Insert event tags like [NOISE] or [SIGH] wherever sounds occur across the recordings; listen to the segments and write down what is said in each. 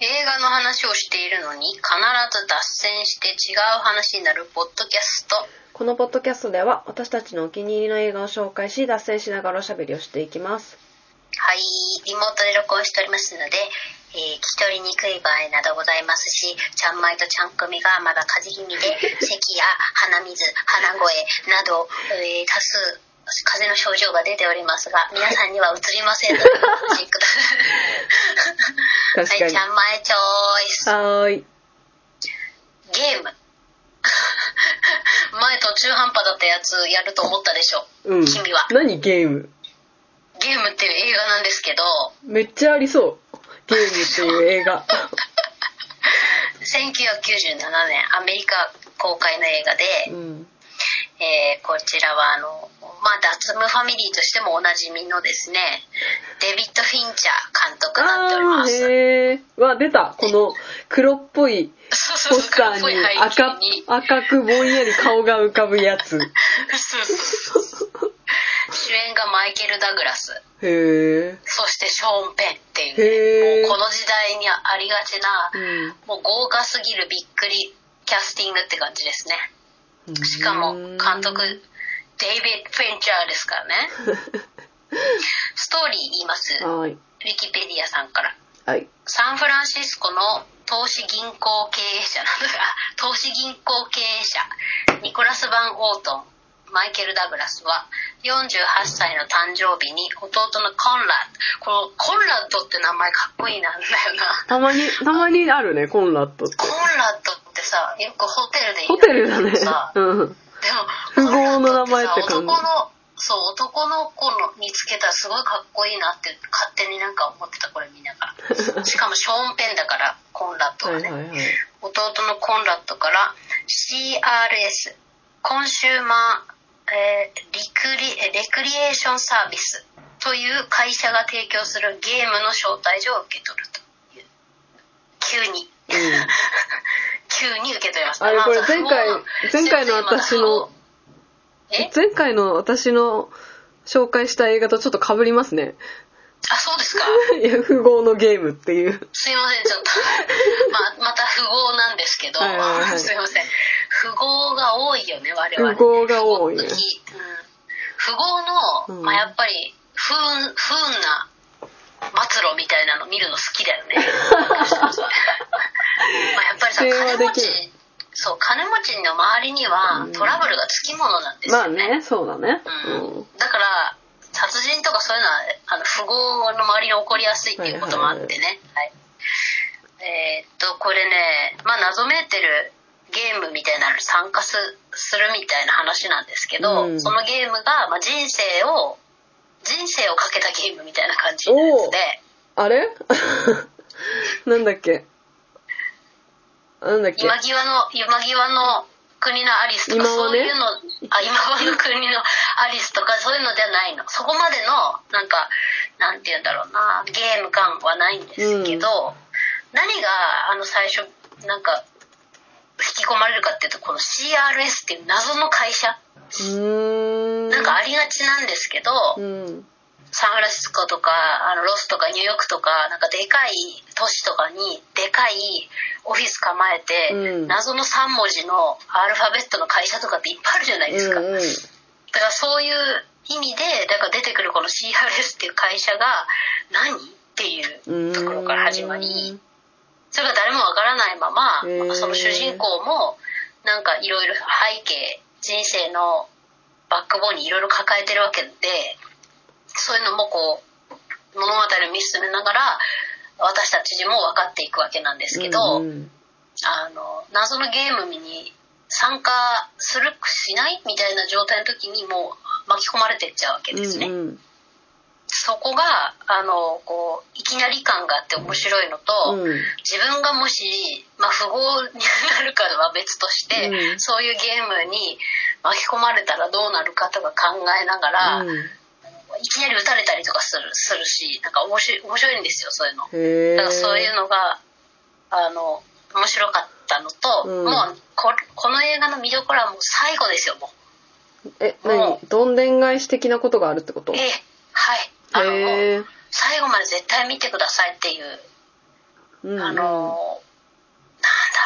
映画の話をしているのに必ず脱線して違う話になるポッドキャストこのポッドキャストでは私たちのお気に入りの映画を紹介し脱線しながらおしゃべりをしていきますはいリモートで録音しておりますので、えー聞き取りにくい場合などございますしちゃんまいとちゃんくみがまだ風邪気味 [LAUGHS] で咳や鼻水鼻声など、えー多数風邪の症状が出ておりますが皆さんにはうつりませ [LAUGHS] んのでご注意くださいは確かいにちゃんまいチョイスはーいゲーム [LAUGHS] 前途中半端だったやつやると思ったでしょうん君は何ゲームゲームっていう映画なんですけどめっちゃありそうゲームっていう映画1997年アメリカ公開の映画で、うんえーこちらはあの、まあ、脱ムファミリーとしてもおなじみのですねデビッド・フィンチャー監督になっておりあまーすへーわ出たこの黒っぽいそうそポうスター [LAUGHS] そうに黒っぽい背赤景に赤くぼんやり顔が浮かぶやつそうそうそう [LAUGHS] 主演がマイケル・ダグラスへえそしてショーン・ペンっていうへーね、もうこの時代にありがちな、うんもう豪華すぎるびっくりキャスティングって感じですねしかも監督デイビッド・フェンチャーですからねストーリー言いますウ [LAUGHS] はいィキペディアさんからはいサンフランシスコの投資銀行経営者などが [LAUGHS] 投資銀行経営者ニコラス・バン・オートンマイケル・ダグラスは48歳の誕生日に弟のコンラッドこのコンラッドって名前かっこいいなんだよなたまにたまにあるねコンラッドってコンラッドってさよくホテルでホテルだ言うねけどさうんでも富豪の名前って感じ男のそう男の子の見つけたらすごいかっこいいなって勝手になんか思ってたこれ見なが [LAUGHS] らしかもショーン・ペンだからコンラッドはがいね、はいはい弟のコンラッドから CRS コンシューマー、えーリクリえレクリエーションサービスという会社が提供するゲームの招待状を受け取るという急にうん急に受け取りましたあれこれ前回まあ前回の私のえ前回の私の紹介した映画とちょっと被りますね。 [LAUGHS] あそうですかいや、富豪のゲームっていう。すいません [LAUGHS] ちょっとまあまた富豪なんですけど、はいはいはいすいません富豪が多いよね我々富豪が多いね富豪好きうん富豪の、うんまあ、やっぱり不運不運な末路みたいなの見るの好きだよ [LAUGHS] ねまあやっぱりさ否定は金で持きるちそう金持ちの周りにはトラブルがつきものなんですまあよね、そうだね。うんだから殺人とかそういうのはあの富豪の周りに起こりやすいっていうこともあってね、はいえーっとこれね、まあ、謎めいてるゲームみたいなのに参加すするみたいな話なんですけど、うんそのゲームが、まあ、人生を人生をかけたゲームみたいな感じおのーやつであれ [LAUGHS] なんだっけなんだっけ今際の今際の国のアリスとか今はそうねいうのあ今際の国のアリスとかそういうのじゃないのそこまでのなんかなんて言うんだろうなゲーム感はないんですけど、何があの最初なんか引き込まれるかっていうとこの CRS っていう謎の会社うーん。なんかありがちなんですけど、うん。サンフランシスコとかあのロスとかニューヨークとかなんかでかい都市とかにでかいオフィス構えて、うん謎の3文字のアルファベットの会社とかっていっぱいあるじゃないですか、うんだうんからそういう意味でだから出てくるこの CRS っていう会社が何っていうところから始まりそれが誰もわからないまま、へーその主人公もなんかいろいろ背景人生のバックボーンにいろいろ抱えてるわけでそういうのもこう物語を見進めながら私たち自身も分かっていくわけなんですけど、うんうんあの謎のゲームに参加するしないみたいな状態の時にもう巻き込まれてっちゃうわけですね。うんうんそこがあのこういきなり感があって面白いのと、うん自分がもし、まあ、富豪になるかは別として、うんそういうゲームに巻き込まれたらどうなるかとか考えながら、うんいきなり打たれたりとかするするしなんか面白い面白いんですよそういうの。へだえ。からそういうのがあの面白かったのと、うんもうここの映画の見どころはもう最後ですよもえ、何どんでん返し的なことがあるってことうええはいあのもうへえ。最後まで絶対見てくださいっていううんうんあの、なんだ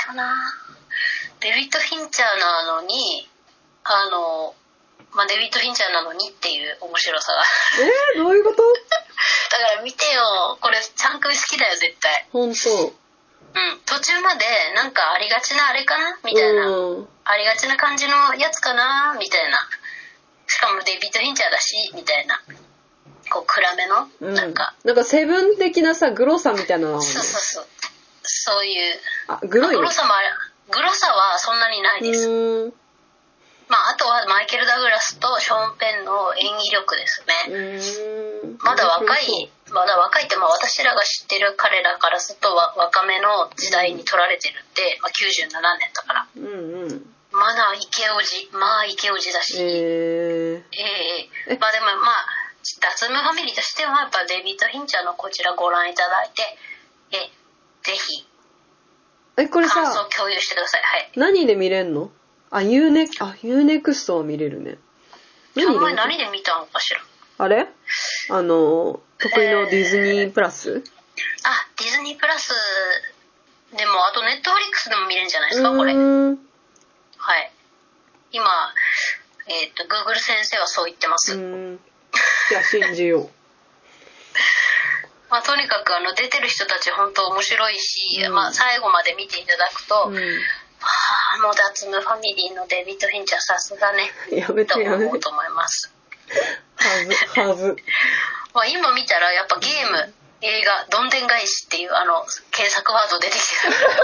ろうな、デビッド・フィンチャーなのに、あの、まあ、デビッド・フィンチャーなのにっていう面白さが。 [LAUGHS] えー、どういうことだから見てよ、これ、ちゃんくん好きだよ、絶対。本当。うん、途中まで、なんかありがちなあれかなみたいな、うん。ありがちな感じのやつかなみたいな。しかもデビッド・フィンチャーだし、みたいな。こう、暗めの、うん、なんか、なんかセブン的なさ、グロさみたいなのはあるそうそうそう。そういう。あ、グロいグのロさもあれグロさはそんなにないうです。ーん。まあ、あとはマイケル・ダグラスとショーン・ペンの演技力ですうね。ーん。まだ若そうい、まだ若いって、まあ私らが知ってる彼らからするとわ若めの時代に撮られてるって、まあ97年だから。そう。うんうん。まだイケオジ、まあイケオジだし。えええまあでもまあ、脱ムファミリーとしてはやっぱデビッド・フィンチャーのこちらご覧いただいて、ええ、ぜひー、え、これ感想さを、共有してください。はい。何で見れんのあ、ユーネあ、ユーネクストは見れるね。あんま何り何でで見たのかしら。あれあの、得意のディズニープラス、あ、ディズニープラスでも、あとネットフリックスでも見れるんじゃないですか、これ。はうい。ーん。今、えっ、と、Google 先生はそう言ってまうす。ーん。じゃあ信じよまあ、とにかく、あの、出てる人たち本当面白いし、うんまあ、最後まで見ていただくと、う。あうあ、もうダツムファミリーのデビッド・フィンチャーさすが [LAUGHS] ね、ん。やめとてやめ思うて。と思います。はず、はず。まあ、今見たら、やっぱゲーム、映画、どんでん返しっていう、あの、検索ワード出てきてるから、やっ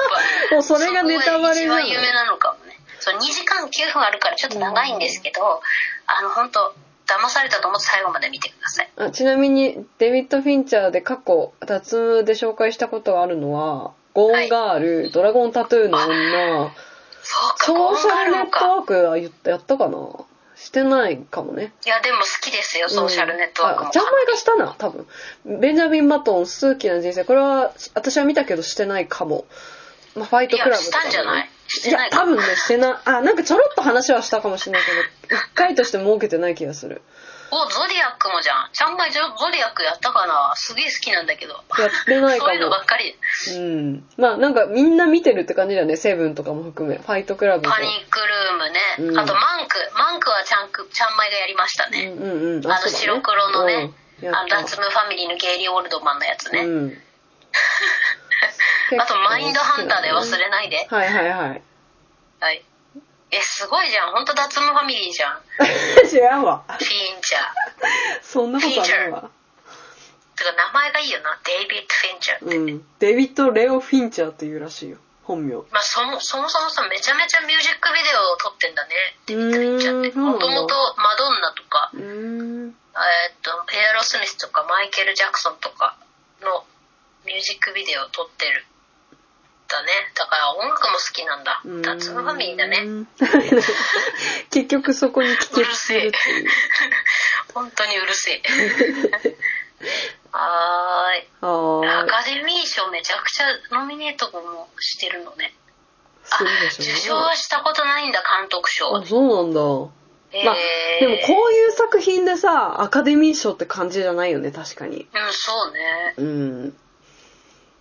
ぱ。もうそれがネタバレなはの。有名なのかもねそう2時間9分あるからちょっと長いんですけど、あの本当騙されたと思って最後まで見てくださいあちなみにデビッド・フィンチャーで過去脱ムで紹介したことがあるのは「ゴーン・ガール」ドラゴン・タトゥーの女」そう「かソーシこうなャるルネのットかワーク」は言ったやったかなしてないかもねいやでも好きですよソーシャルネットワークも、うんあちゃんまいがしたな多分ベンジャミン・マトン「数奇な人生」これは私は見たけどしてないかも、まあ、ファイトいクやラブしとたかんもじゃないしいてやないか多分ねしてないあなんかちょろっと話はしたかもしれないけど一回として設けてない気がするおゾディアックもじゃんちゃんまいゾゾディアックやったかなすげえ好きなんだけどやってないかもそういうのばっかりうん。まあなんかみんな見てるって感じだよね。セブンとかも含め。ファイトクラブとかパニックルームね、うんあとマンクマンクはちゃんくちゃんまいがやりましたね、うんうんうん。あの白黒のね、あのダツもムファミリーのゲイリー・オールドマンのやつね、うん。 [LAUGHS] あと、マインドハンターで忘れないで。はいはいはい。はい。え、すごいじゃん。ほんと、脱毛ファミリーじゃん。フ知らんわ。ィンチャー。そんなことないわ。てか、名前がいいよな。デイビッド・フィンチャーって。うん。デビッド・レオ・フィンチャーっていうらしいよ。本名。うまあ、そも、そもそもさ、めちゃめちゃミュージックビデオを撮ってんだね。デビッド・フィンチャーっうーんて。そうなもんとだもと、マドンナとか、ーん。えーっと、エアロスミスとか、マイケル・ジャクソンとかのミュージックビデオを撮ってる。だね。だから、音楽も好きなんだ。うん脱毛ファミリーだね。。結局そこに帰結するって [LAUGHS] いう。本当にうる [LAUGHS] せえ。はーい。アああ、カデミー賞めちゃくちゃノミネートもしてるのねするでしょうね。受賞はしたことないんだ監督賞あ、そうなんだ。えまあ、ーでもこういう作品でさ、アカデミー賞って感じじゃないよね、確かに。うんそうねうん。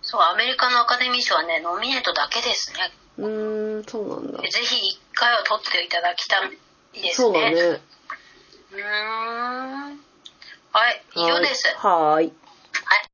そうアメリカのアカデミー賞はねノミネートだけですねうーん、そうなんだ。ぜひ一回は取っていただきたいですねそうだね。うーんはい以上ですはーい。